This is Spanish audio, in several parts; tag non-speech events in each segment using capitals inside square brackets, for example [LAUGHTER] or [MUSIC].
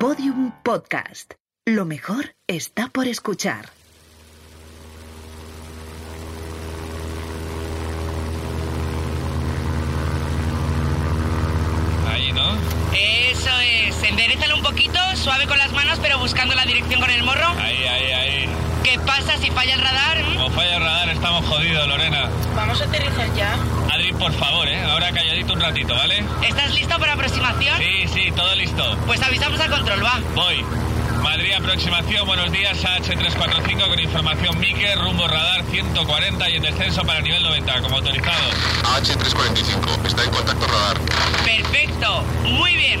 Podium Podcast. Lo mejor está por escuchar. Ahí, ¿no? Eso es, enderezalo un poquito, suave con las manos, pero buscando la dirección con el morro. Ahí, ahí, ahí. ¿Qué pasa si falla el radar? mm? Como falla el radar, estamos jodidos, Lorena. Vamos a aterrizar ya. Adri, por favor, ¿eh? Ahora calladito un ratito, ¿vale? ¿Estás listo para aproximación? Sí, sí, todo listo. Pues avisamos al control, va. Voy. Madrid, aproximación, buenos días a H345 con información Mike, rumbo radar 140 y en descenso para nivel 90, como autorizado. AH345, está en contacto radar. Perfecto, muy bien.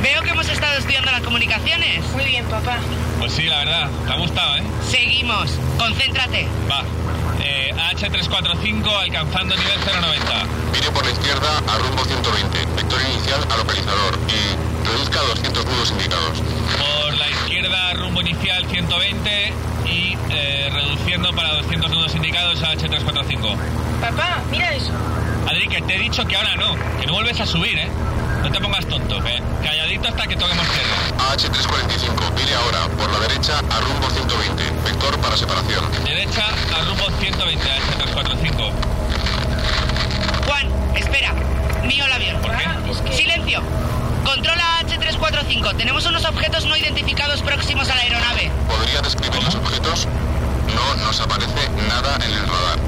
Veo que hemos estado estudiando las comunicaciones. Muy bien, papá. Pues sí, la verdad, te ha gustado, ¿eh? Seguimos, concéntrate. Va. Eh, H345 alcanzando nivel 090. Mire por la izquierda a rumbo 120, vector inicial a localizador y reduzca a 200 nudos indicados. Por la izquierda, rumbo inicial 120 y eh, reduciendo para 200 nudos indicados a H345. Papá, mira eso. Adri, que te he dicho que ahora no, que no vuelves a subir, ¿eh? No te pongas tonto, ¿eh? Calladito hasta que toquemos tierra. AH345, mire ahora por la derecha a rumbo 120, vector para separación. Derecha a rumbo 120 a este H345. Juan, espera, mío el avión. ¿Por qué? Ah, es que... Silencio. Controla H345, tenemos unos objetos no identificados próximos a la aeronave. ¿Podría describir los objetos? No nos aparece nada en el radar.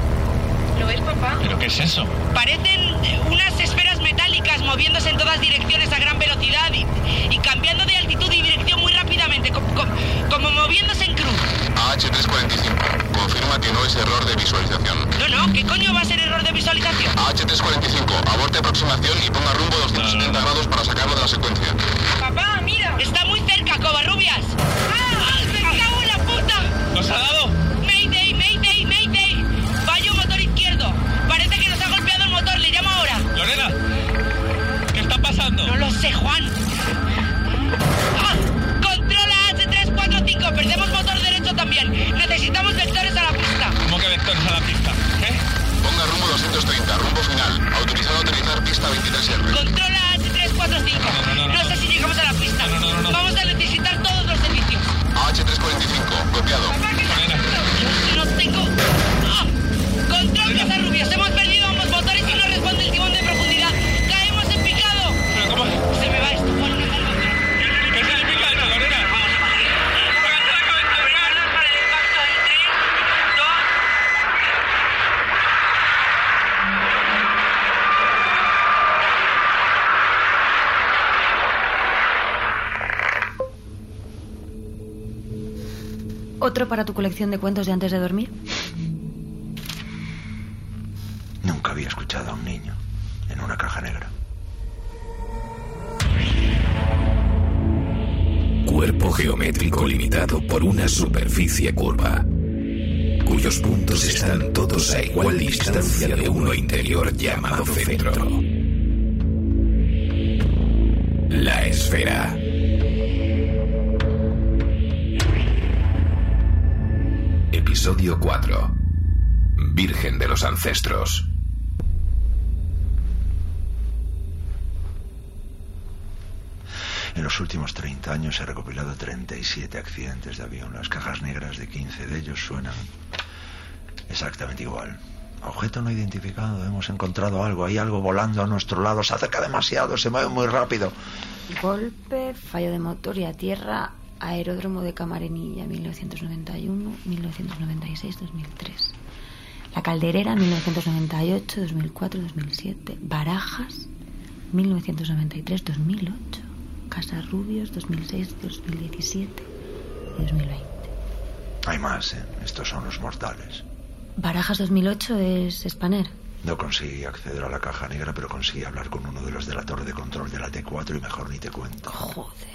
¿Lo ves, papá? ¿Pero qué es eso? Parecen eh, unas esferas metálicas moviéndose en todas direcciones a gran velocidad y, y cambiando de altitud y dirección muy rápidamente, co- co- como moviéndose en cruz. Ah. AH345, confirma que no es error de visualización. No, no, ¿qué coño va a ser error de visualización? AH345, aborte aproximación y ponga rumbo Ah. 270 grados para sacarlo de la secuencia. Papá, mira. Está muy cerca, Covarrubias. ¡Ah! ¡Me cago en la puta! ¿Nos ha dado? ¡Mayday, mayday, mayday! Fallo motor izquierdo. Parece que nos ha golpeado el motor, le llamo ahora. Lorena, ¿qué está pasando? No lo sé, Juan. ¡Ah! Controla H345, perdemos motor derecho también. Necesitamos vectores a la pista. ¿Cómo que vectores a la pista? ¿eh? ¿Qué? Ponga rumbo 230, rumbo final. Autorizado a utilizar pista 23R. Controla H345. No, no, no, no. sé si llegamos a la pista. No, no, no, no. Vamos a necesitar todos los servicios. AH345, copiado. Papá, ¿qué está Lorena. pasando? No tengo. ¡Ah! Control Casarrubias. Hemos perdido ambos motores y no responde el timón de profundidad. Caemos en picado. ¿Pero cómo? Se me va esto, Juan. una calma. ¿Qué significa eso, Lorena? ¿Otro para tu colección de cuentos de antes de dormir? [LAUGHS] Nunca había escuchado a un niño en una caja negra. Cuerpo geométrico limitado por una superficie curva, cuyos puntos están todos a igual distancia de uno interior llamado centro. La esfera. Episodio 4. Virgen de los Ancestros. En los últimos 30 años se ha recopilado 37 accidentes de avión. Las cajas negras de 15 de ellos suenan exactamente igual. Objeto no identificado, hemos encontrado algo, hay algo volando a nuestro lado, se acerca demasiado, se mueve muy rápido. Golpe, fallo de motor y a tierra, aeródromo de Camarenilla, 1991, 1996, 2003. La Calderera, 1998, 2004, 2007. Barajas, 1993, 2008. Casarrubios, 2006, 2017 y 2020. Hay más, ¿eh? estos son los mortales. Barajas 2008 es Spaner. No conseguí acceder a la caja negra, pero conseguí hablar con uno de los de la torre de control de la T4 y mejor ni te cuento. Joder.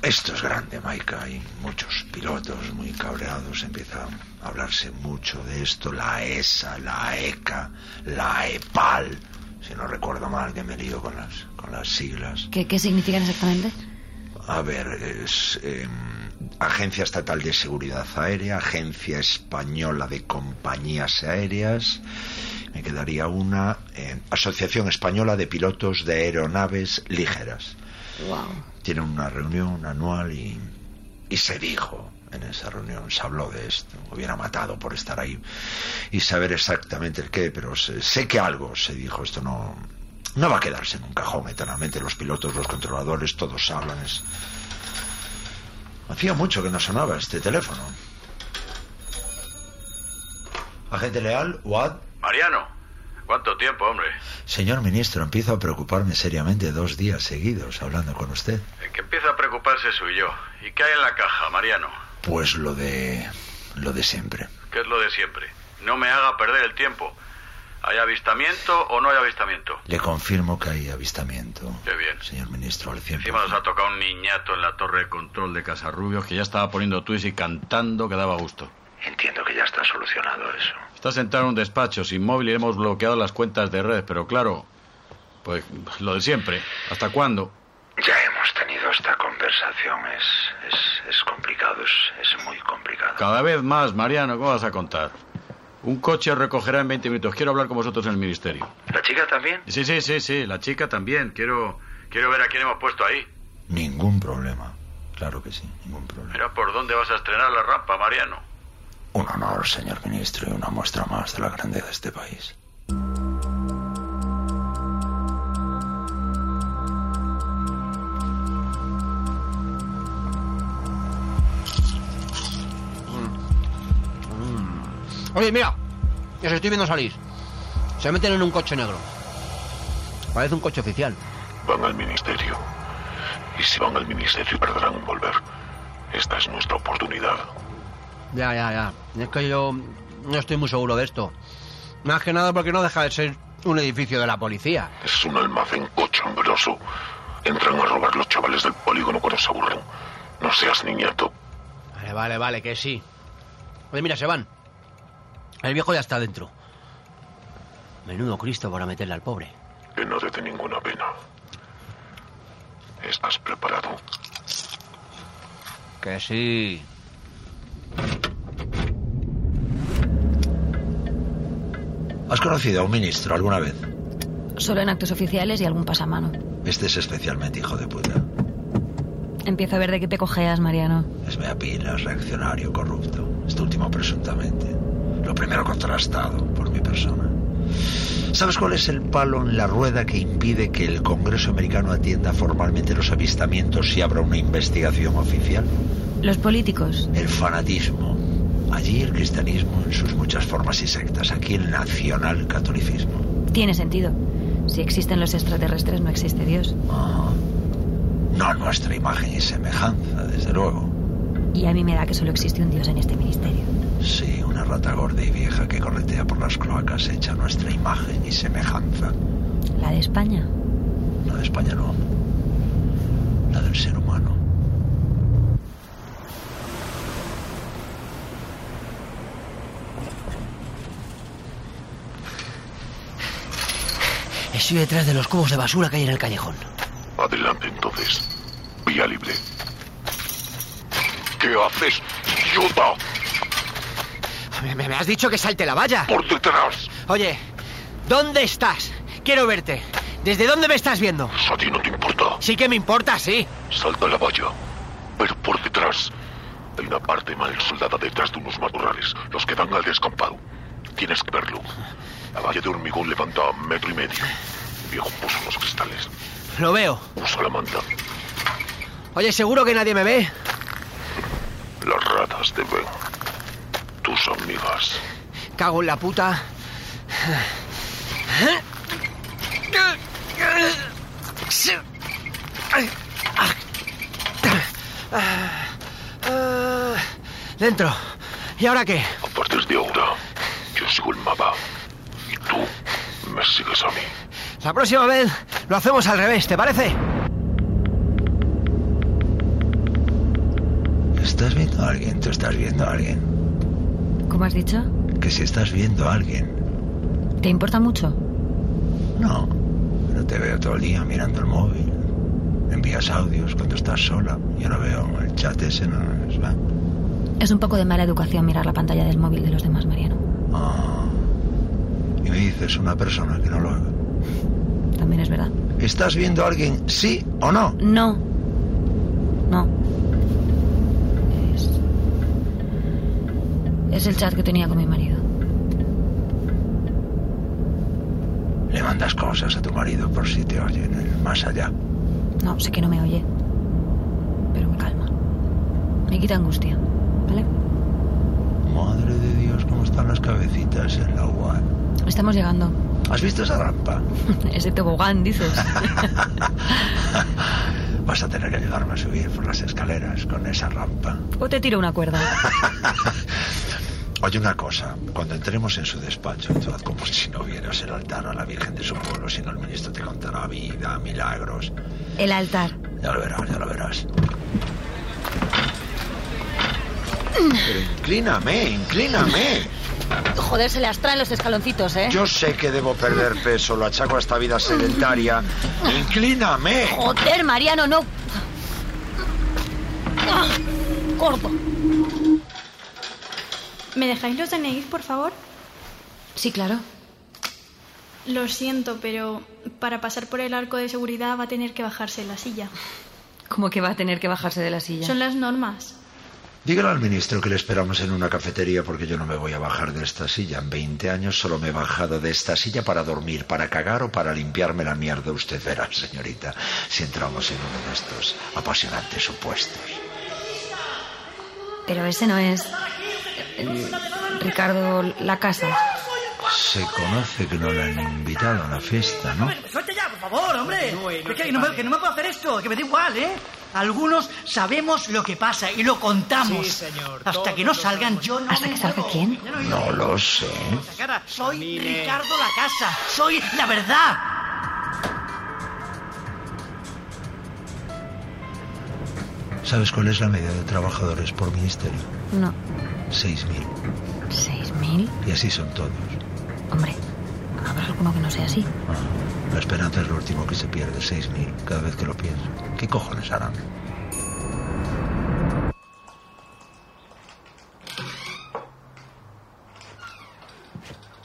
Esto es grande, Maika. Hay muchos pilotos muy cabreados. Empieza a hablarse mucho de esto. La ESA, la ECA, la EPAL. Si no recuerdo mal, que me lío con las, con las siglas. ¿Qué, qué significan exactamente? A ver, es eh, Agencia Estatal de Seguridad Aérea, Agencia Española de Compañías Aéreas Me quedaría una eh, Asociación Española de Pilotos de Aeronaves Ligeras. Tienen una reunión anual y, y se dijo en esa reunión, se habló de esto. Me Hubiera matado por estar ahí y saber exactamente el qué, pero sé, sé que algo se dijo. Esto no, no va a quedarse en un cajón eternamente. Los pilotos, los controladores, todos hablan. es- Hacía mucho que no sonaba este teléfono. Agente leal, what? Mariano, ¿cuánto tiempo, hombre? Señor ministro, empiezo a preocuparme seriamente dos días seguidos hablando con usted. El que empieza a preocuparse soy yo. ¿Y qué hay en la caja, Mariano? Pues lo de. lo de siempre. ¿Qué es lo de siempre? No me haga perder el tiempo. ¿Hay avistamiento o no hay avistamiento? Le confirmo que hay avistamiento. Qué bien. Señor ministro, al 100%. Encima nos ha tocado un niñato en la torre de control de Casarrubios que ya estaba poniendo tuits y cantando que daba gusto. Entiendo que ya está solucionado eso. Está sentado en un despacho sin móvil y hemos bloqueado las cuentas de red, pero claro, pues lo de siempre. ¿Hasta cuándo? Ya hemos tenido esta conversación. Es, es, es complicado, es, es muy complicado. Cada vez más, Mariano, ¿cómo vas a contar? Un coche os recogerá en 20 minutos. Quiero hablar con vosotros en el ministerio. ¿La chica también? Sí, sí, sí, sí, la chica también. Quiero, quiero ver a quién hemos puesto ahí. Ningún problema. Claro que sí, ningún problema. Mira por dónde vas a estrenar la rampa, Mariano. Un honor, señor ministro, y una muestra más de la grandeza de este país. Oye, mira, os estoy viendo salir. Se meten en un coche negro. Parece un coche oficial. Van al ministerio. Y si van al ministerio perderán volver. Esta es nuestra oportunidad. Ya, ya, ya. Es que yo no estoy muy seguro de esto. Más que nada porque no deja de ser un edificio de la policía. Es un almacén cochambroso. Entran a robar los chavales del polígono cuando se aburren. No seas niñato. Vale, vale, vale, que sí. Oye, mira, se van. El viejo ya está dentro. Menudo Cristo para meterle al pobre. Que no te dé ninguna pena. ¿Estás preparado? Que sí. ¿Has conocido a un ministro alguna vez? Solo en actos oficiales y algún pasamano. Este es especialmente hijo de puta. Empiezo a ver de qué te cojeas, Mariano. Es meapilas, reaccionario, corrupto. Este último presuntamente. Lo primero contrastado por mi persona. ¿Sabes cuál es el palo en la rueda que impide que el Congreso americano atienda formalmente los avistamientos y abra una investigación oficial? Los políticos. El fanatismo. Allí el cristianismo en sus muchas formas y sectas. Aquí el nacional catolicismo. Tiene sentido. Si existen los extraterrestres, no existe Dios. Ah, no a nuestra imagen y semejanza, desde luego. Y a mí me da que solo existe un Dios en este ministerio. Sí, una rata gorda y vieja que corretea por las cloacas hecha nuestra imagen y semejanza. La de España. La de España no. La del ser humano. Estoy detrás de los cubos de basura que hay en el callejón. Adelante entonces. Vía libre. ¿Qué haces, idiota? Me, me- me has dicho que salte la valla. Por detrás. Oye, ¿dónde estás? Quiero verte. ¿Desde dónde me estás viendo? A ti no te importa. Sí que me importa, sí. Salta la valla. Pero por detrás. Hay una parte mal soldada detrás de unos matorrales, los que dan al descampado. Tienes que verlo. La valla de hormigón levanta a metro y medio. El viejo puso los cristales. Lo veo. Usa la manta. Oye, ¿seguro que nadie me ve? Las ratas te ven. Tus amigas. Cago en la puta. Dentro. ¿Y ahora qué? A partir de ahora, yo sigo el mapa. Y tú me sigues a mí. La próxima vez lo hacemos al revés, ¿te parece? ¿Estás viendo a alguien? ¿Tú estás viendo a alguien? ¿Cómo has dicho? Que si estás viendo a alguien. ¿Te importa mucho? No. Pero te veo todo el día mirando el móvil. Envías audios cuando estás sola. Yo no veo el chat ese, no es va. Es un poco de mala educación mirar la pantalla del móvil de los demás, Mariano. Ah. ¿Y me dices una persona que no lo haga. También es verdad. ¿Estás viendo a alguien sí o no? No. No. Es... Es el chat que tenía con mi marido. Le mandas cosas a tu marido por si te oye en el más allá. No, sé que no me oye. Pero me calma. Me quita angustia. ¿Vale? Madre de Dios, cómo están las cabecitas en la UAR. Estamos llegando. [LAUGHS] ¿Has visto esa rampa? Ese tobogán, dices. [LAUGHS] Vas a tener que ayudarme a subir por las escaleras con esa rampa. [LAUGHS] o te tiro una cuerda. Oye, una cosa. Cuando entremos en su despacho, tú haz como si no vieras el altar a la Virgen de su pueblo, si no el ministro te contará vida, milagros. El altar. Ya lo verás, ya lo verás. Pero inclíname, inclíname. Joder, se las traen los escaloncitos, ¿eh? Yo sé que debo perder peso, lo achaco a esta vida sedentaria. ¡Inclíname! Joder, Mariano, no. Ah, Corto. ¿Me dejáis los DNIs, por favor? Sí, claro. Lo siento, pero para pasar por el arco de seguridad va a tener que bajarse la silla. Como que va a tener que bajarse de la silla. Son las normas. Dígale al ministro que le esperamos en una cafetería porque yo no me voy a bajar de esta silla. En 20 años solo me he bajado de esta silla para dormir, para cagar o para limpiarme la mierda. Usted verá, señorita, si entramos en uno de estos apasionantes supuestos. Pero ese no es. eh, Ricardo, la casa. Se conoce que no la han invitado a la fiesta, ¿no? Suelte ya, por favor, hombre. Es que, no me, que no me puedo hacer esto, que me da igual, ¿eh? Algunos sabemos lo que pasa y lo contamos. Sí, señor. Hasta que no salgan, yo no. ¿Hasta que salga quién? No lo sé. Cara, soy Ricardo La Casa. Soy la verdad. ¿Sabes cuál es la media de trabajadores por ministerio? No. 6.000. ¿Seis mil? Y así son todos. Hombre, habrá alguno que no sea así. Ah, La esperanza es lo último que se pierde, 6.000, cada vez que lo pienso. ¿Qué cojones harán?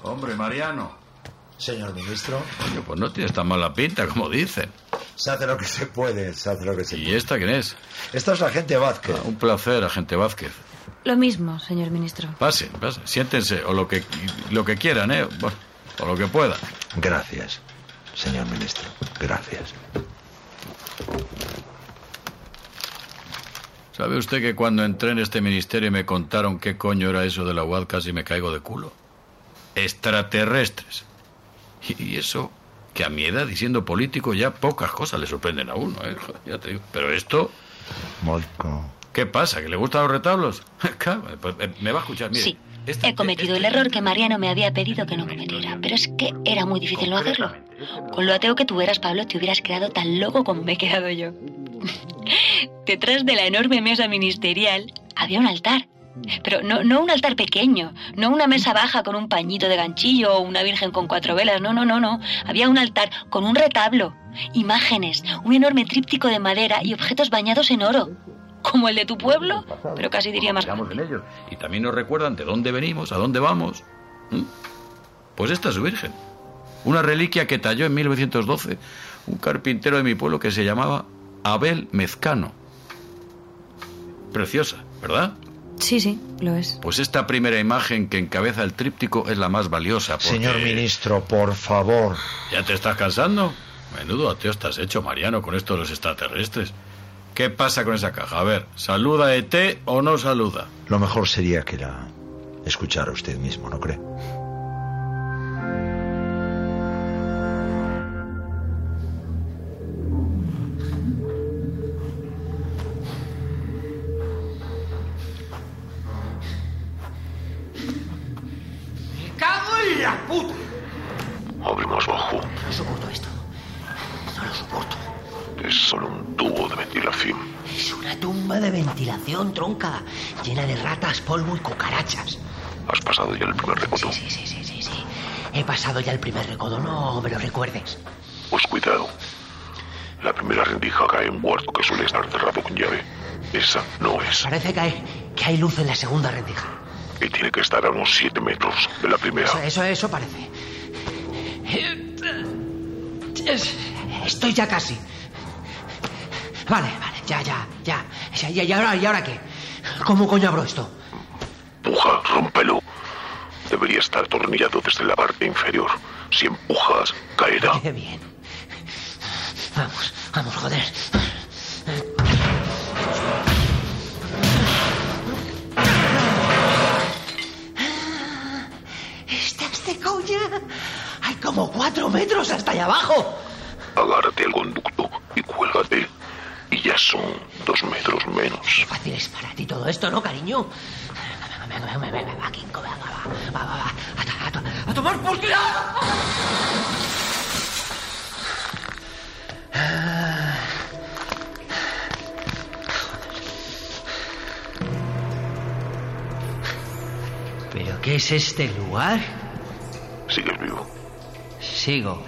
Hombre, Mariano. Señor ministro. Coño, pues no tienes tan mala pinta como dicen. Se hace lo que se puede, se hace lo que se ¿Y esta quién es? Ah, Esta es la gente Vázquez. Un placer, agente Vázquez. Lo mismo, señor ministro. Pasen, pasen, siéntense, o lo que, lo que quieran, ¿eh? Bueno, o lo que puedan. Gracias, señor ministro. Gracias. ¿Sabe usted que cuando entré en este ministerio y me contaron qué coño era eso de la UAD casi me caigo de culo? Extraterrestres. Y y eso, que a mi edad y siendo político ya pocas cosas le sorprenden a uno, ¿eh? [LAUGHS] Joder, Ya te digo. Pero esto, Molko. ¿qué pasa? ¿Que le gustan los retablos? [LAUGHS] Claro, pues, eh, me va a escuchar, mire. Sí, esta- he cometido el error que Mariano me había pedido que no cometiera, pero es que era muy difícil no hacerlo. Con lo ateo que tú eras, Pablo, te hubieras quedado tan loco como me he quedado yo. [LAUGHS] Detrás de la enorme mesa ministerial había un altar. Pero no, no un altar pequeño, no una mesa baja con un pañito de ganchillo o una virgen con cuatro velas, no, no, no, no. Había un altar con un retablo, imágenes, un enorme tríptico de madera y objetos bañados en oro. Como el de tu pueblo, pero casi diría más Confiamos en ellos. Y también nos recuerdan de dónde venimos, a dónde vamos. ¿Mm? Pues esta es su virgen. Una reliquia que talló en 1912 un carpintero de mi pueblo que se llamaba Abel Mezcano. Preciosa, ¿verdad? Sí, sí, lo es. Pues esta primera imagen que encabeza el tríptico es la más valiosa. Porque... Señor ministro, por favor. ¿Ya te estás cansando? Menudo ateo estás hecho, Mariano, con esto de los extraterrestres. ¿Qué pasa con esa caja? A ver, ¿saluda a ET o no saluda? Lo mejor sería que la escuchara usted mismo, ¿no cree? ¡Cago en la puta! Hable más bajo. No soporto esto. No lo soporto. Es solo un tubo de ventilación. Es una tumba de ventilación, tronca, llena de ratas, polvo y cucarachas. Has pasado ya el primer recodo. Sí, sí, sí, sí, sí. He pasado ya el primer recodo, no me lo recuerdes. Pues cuidado. La primera rendija cae en un huerto que suele estar cerrado con llave. Esa no es. Pues Parece que hay, que hay luz en la segunda rendija. Y tiene que estar a unos 7 metros de la primera. Eso, eso, eso parece. Estoy ya casi. Vale, vale, ya, ya, ya. Ya, ya, ¿Y ahora, ¿y ahora qué? ¿Cómo coño abro esto? Empuja, rómpelo. Debería estar atornillado desde la parte inferior. Si empujas, caerá. Qué bien. Vamos, vamos, joder. ¿Estás de coña? este Hay como cuatro metros hasta allá abajo. Agárrate al conducto y cuélgate. Y ya son dos metros menos. Fácil es para ti todo esto, ¿no, cariño? Venga, venga, venga, venga, venga, va, Kinko, venga, va, va, va, va, a, to- a to- a tomar por culo. ¿Pero qué es este lugar? Sigues vivo. Sigo.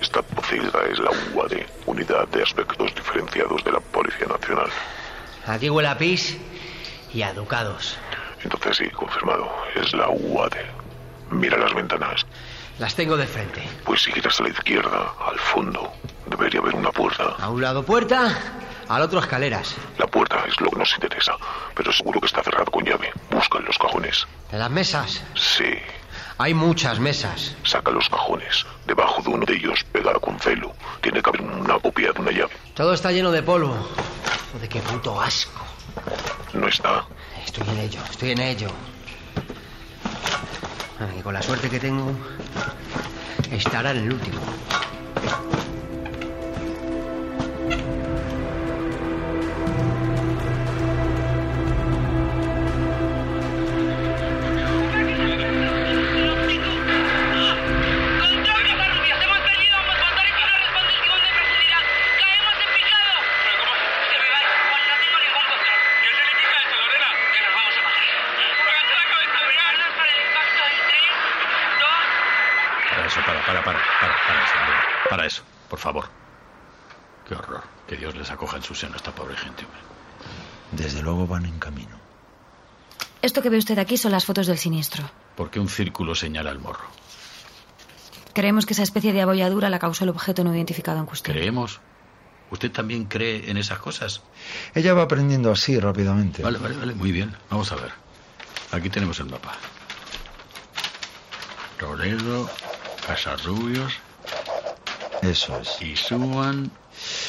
Esta pocilga es la UAD, Unidad de Aspectos Diferenciados de la Policía Nacional. Aquí huele a pis y a ducados. Entonces sí, confirmado, es la UAD. Mira las ventanas. Las tengo de frente. Pues si giras a la izquierda, al fondo, debería haber una puerta. A un lado puerta, al otro escaleras. La puerta es lo que nos interesa, pero seguro que está cerrada con llave. Busca en los cajones. En las mesas. Sí, Hay muchas mesas. saca los cajones. Debajo de uno de ellos, pega con celo. Tiene que haber una copia de una llave. Todo está lleno de polvo. Joder, qué puto asco. No está. Estoy en ello, estoy en ello. Ah, Y con la suerte que tengo, estará en el último. Para eso, para, para, para, para, para, eso, hombre. para eso, por favor. Qué horror. Que Dios les acoja en su seno a esta pobre gente, hombre. Desde luego van en camino. Esto que ve usted aquí son las fotos del siniestro. ¿Por qué un círculo señala al morro? Creemos que esa especie de abolladura la causó el objeto no identificado en cuestión. ¿Creemos? ¿Usted también cree en esas cosas? Ella va aprendiendo así rápidamente. Vale, vale, vale, muy bien. Vamos a ver. Aquí tenemos el mapa. Toledo, Casarrubios, Eso es. y suban.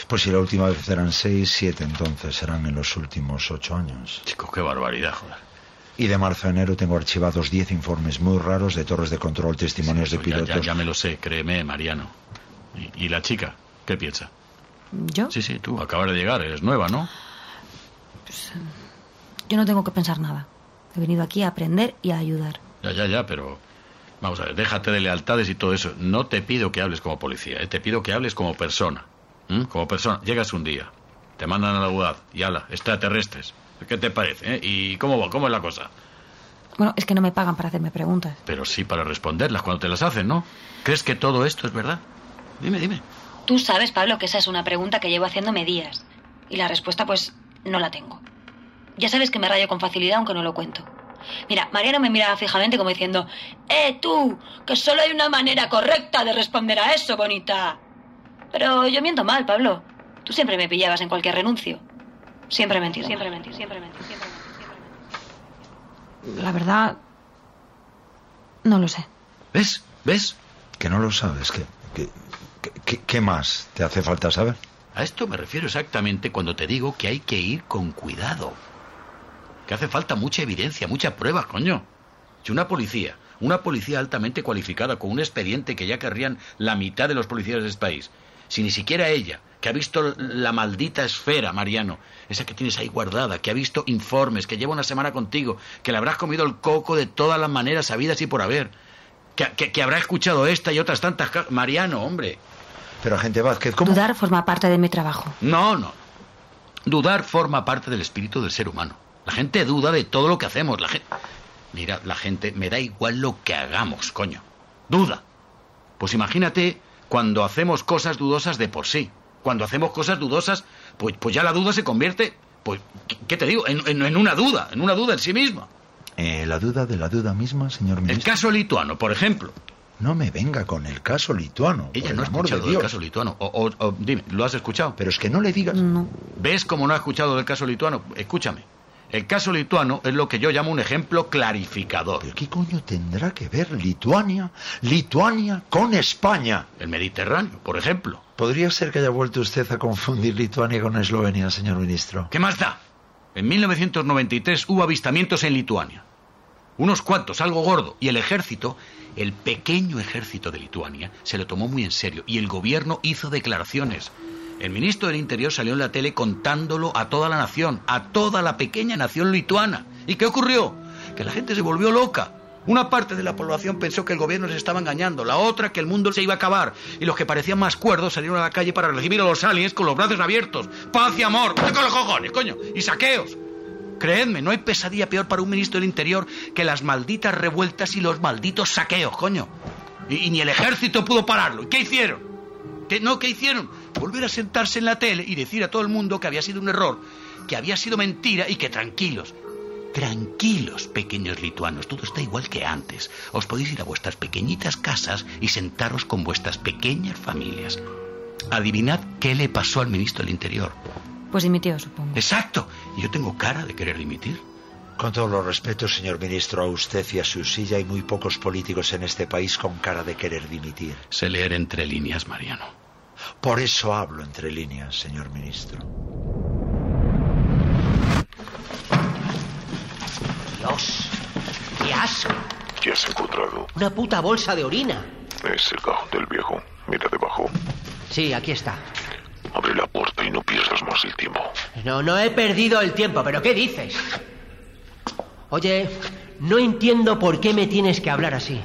Pues si la última vez eran seis, siete entonces serán en los últimos ocho años. Chicos, qué barbaridad, joder. Y de marzo a enero tengo archivados diez informes muy raros de torres de control, testimonios de Pues ya- pilotos. Ya, ya me lo sé, créeme, Mariano. ¿Y, y la chica? ¿Qué piensa? ¿Yo? Sí, sí, tú acabas de llegar, eres nueva, ¿no? Yo no tengo que pensar nada. He venido aquí a aprender y a ayudar. Ya, ya, ya, pero. Vamos a ver, déjate de lealtades y todo eso. No te pido que hables como policía, ¿eh? te pido que hables como persona. ¿m? Como persona. Llegas un día, te mandan a la UAD y ala, extraterrestres. ¿Qué te parece? eh? ¿Y cómo va? ¿Cómo es la cosa? Bueno, es que no me pagan para hacerme preguntas. Pero sí para responderlas cuando te las hacen, ¿no? ¿Crees que todo esto es verdad? Dime, dime. Tú sabes, Pablo, que esa es una pregunta que llevo haciéndome días. Y la respuesta, pues, no la tengo. Ya sabes que me rayo con facilidad, aunque no lo cuento. Mira, Mariano me miraba fijamente como diciendo, ¡Eh, tú! Que solo hay una manera correcta de responder a eso, bonita. Pero yo miento mal, Pablo. Tú siempre me pillabas en cualquier renuncio. Siempre he mentido. Siempre mentí, siempre mentí, siempre La verdad, no lo sé. ¿Ves? ¿Ves? Que no lo sabes. ¿Qué, qué, qué- qué- qué más te hace falta saber? A esto me refiero exactamente cuando te digo que hay que ir con cuidado. Que hace falta mucha evidencia, mucha prueba, coño. Si una policía, una policía altamente cualificada, con un expediente que ya querrían la mitad de los policías de este país, si ni siquiera ella, que ha visto la maldita esfera, Mariano, esa que tienes ahí guardada, que ha visto informes, que lleva una semana contigo, que le habrás comido el coco de todas las maneras habidas y por haber, que, que- que habrá escuchado esta y otras tantas... ca- Mariano, hombre. Pero, agente Vázquez, ¿cómo? Dudar forma parte de mi trabajo. No, no. Dudar forma parte del espíritu del ser humano. La gente duda de todo lo que hacemos. La gente... Mira, la gente, me da igual lo que hagamos, coño. Duda. Pues imagínate cuando hacemos cosas dudosas de por sí. Cuando hacemos cosas dudosas, pues, pues ya la duda se convierte, pues, ¿qué- ¿qué te digo? En, en- en una duda, en una duda en sí misma. Eh, la duda de la duda misma, señor El ministro. caso lituano, por ejemplo. No me venga con el caso lituano. Ella por no ha el amor de escuchado del Dios. caso lituano. O, o- o, dime, ¿lo has escuchado? Pero es que no le digas. ¿Ves cómo no ha escuchado del caso lituano? Escúchame. El caso lituano es lo que yo llamo un ejemplo clarificador. ¿Qué coño tendrá que ver Lituania, Lituania con España? El Mediterráneo, por ejemplo. Podría ser que haya vuelto usted a confundir Lituania con Eslovenia, señor ministro. ¿Qué más da? En 1993 hubo avistamientos en Lituania. Unos cuantos, algo gordo. Y el ejército, el pequeño ejército de Lituania, se lo tomó muy en serio. Y el gobierno hizo declaraciones. El ministro del Interior salió en la tele contándolo a toda la nación, a toda la pequeña nación lituana. ¿Y qué ocurrió? Que la gente se volvió loca. Una parte de la población pensó que el gobierno se estaba engañando, la otra que el mundo se iba a acabar. Y los que parecían más cuerdos salieron a la calle para recibir a los aliens con los brazos abiertos. Paz y amor. ¡Con los cojones, coño! Y saqueos. Creedme, no hay pesadilla peor para un ministro del Interior que las malditas revueltas y los malditos saqueos, coño. Y, y ni el ejército pudo pararlo. ¿Y qué hicieron? ¿Qué, no, ¿qué hicieron? Volver a sentarse en la tele y decir a todo el mundo que había sido un error, que había sido mentira y que tranquilos. Tranquilos, pequeños lituanos, todo está igual que antes. Os podéis ir a vuestras pequeñitas casas y sentaros con vuestras pequeñas familias. Adivinad qué le pasó al ministro del Interior. Pues dimitió, supongo. Exacto. Y yo tengo cara de querer dimitir. Con todos los respetos, señor ministro, a usted y a su silla hay muy pocos políticos en este país con cara de querer dimitir. Sé leer entre líneas, Mariano. Por eso hablo entre líneas, señor ministro. Dios, qué asco. ¿Qué has encontrado? Una puta bolsa de orina. Es el cajón del viejo. Mira debajo. Sí, aquí está. Abre la puerta y no pierdas más el tiempo. No, no he perdido el tiempo, pero ¿qué dices? Oye, no entiendo por qué me tienes que hablar así.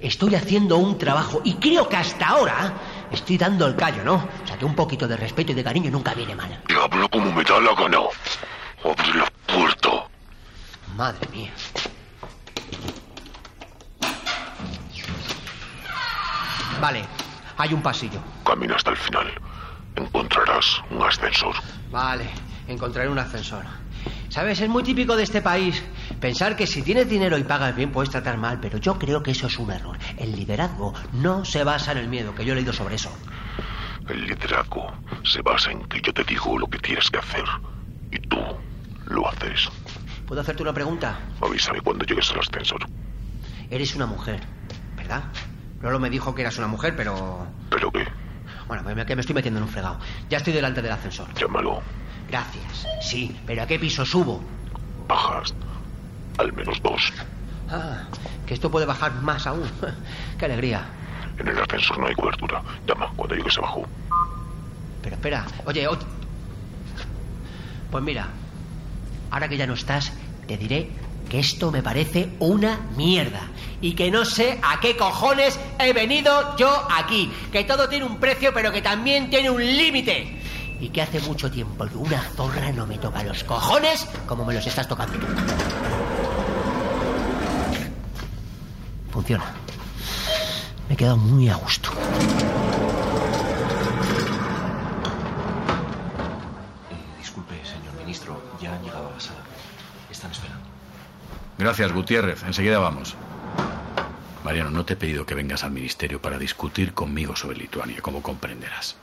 Estoy haciendo un trabajo y creo que hasta ahora estoy dando el callo, ¿no? O sea, que un poquito de respeto y de cariño nunca viene mal. Y hablo como me da la gana. Abre la puerta. Madre mía. Vale, hay un pasillo. Camina hasta el final. Encontrarás un ascensor. Vale, encontraré un ascensor. Sabes, es muy típico de este país pensar que si tienes dinero y pagas bien puedes tratar mal, pero yo creo que eso es un error. El liderazgo no se basa en el miedo, que yo he leído sobre eso. El liderazgo se basa en que yo te digo lo que tienes que hacer. Y tú lo haces. ¿Puedo hacerte una pregunta? Avísame cuando llegues al ascensor. Eres una mujer, ¿verdad? Lolo me dijo que eras una mujer, pero... ¿Pero qué? Bueno, me- me- que me estoy metiendo en un fregado. Ya estoy delante del ascensor. Llámalo. Gracias. Sí, pero ¿a qué piso subo? Bajas. Al menos dos. Ah, que esto puede bajar más aún. [LAUGHS] qué alegría. En el ascensor no hay cobertura. Llama cuando llegues abajo. Pero espera, oye, oye. Pues mira, ahora que ya no estás, te diré que esto me parece una mierda. Y que no sé a qué cojones he venido yo aquí. Que todo tiene un precio, pero que también tiene un límite. Y que hace mucho tiempo que una zorra no me toca los cojones como me los estás tocando tú. Funciona. Me he quedado muy a gusto. disculpe, señor ministro, ya han llegado a la sala. Están esperando. Gracias, Gutiérrez. Enseguida vamos. Mariano, no te he pedido que vengas al ministerio para discutir conmigo sobre Lituania, como comprenderás.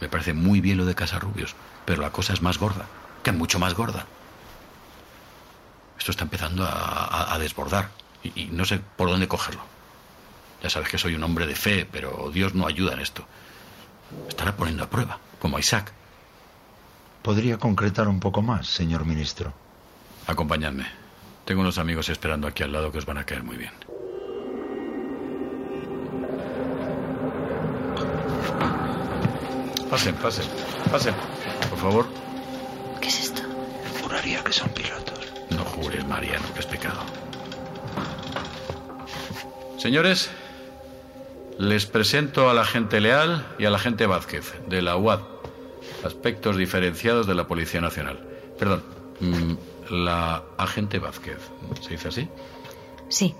Me parece muy bien lo de Casarrubios, pero la cosa es más gorda, que mucho más gorda. Esto está empezando a, a- a desbordar y, y no sé por dónde cogerlo. Ya sabes que soy un hombre de fe, pero Dios no ayuda en esto. Me estará poniendo a prueba, como a Isaac. ¿Podría concretar un poco más, señor ministro? Acompañadme. Tengo unos amigos esperando aquí al lado que os van a caer muy bien. Pasen, pasen, pasen. Por favor. ¿Qué es esto? Juraría que son pilotos. No jures, Mariano, que es pecado. Señores, les presento a la gente Leal y a la gente Vázquez, de la UAD. Aspectos diferenciados de la Policía Nacional. Perdón, mm, la agente Vázquez. ¿Se dice así? Sí.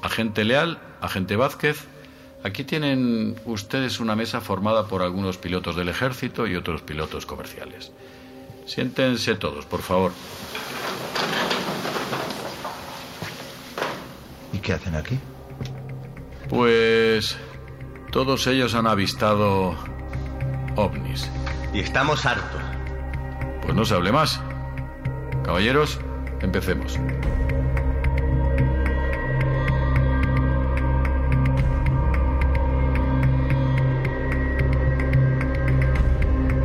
Agente Leal, agente Vázquez. Aquí tienen ustedes una mesa formada por algunos pilotos del ejército y otros pilotos comerciales. Siéntense todos, por favor. ¿Y qué hacen aquí? Pues todos ellos han avistado ovnis. Y estamos hartos. Pues no se hable más. Caballeros, empecemos.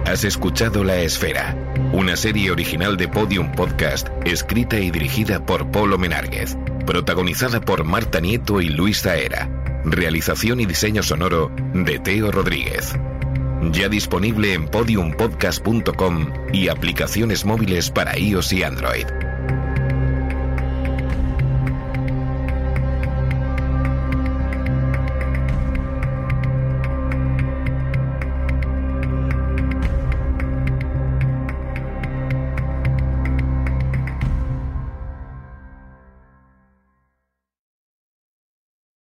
Has escuchado La Esfera, una serie original de Podium Podcast, escrita y dirigida por Polo Menárguez, protagonizada por Marta Nieto y Luis Zaera. Realización y diseño sonoro de Teo Rodríguez. Ya disponible en podiumpodcast.com y aplicaciones móviles para iOS y Android.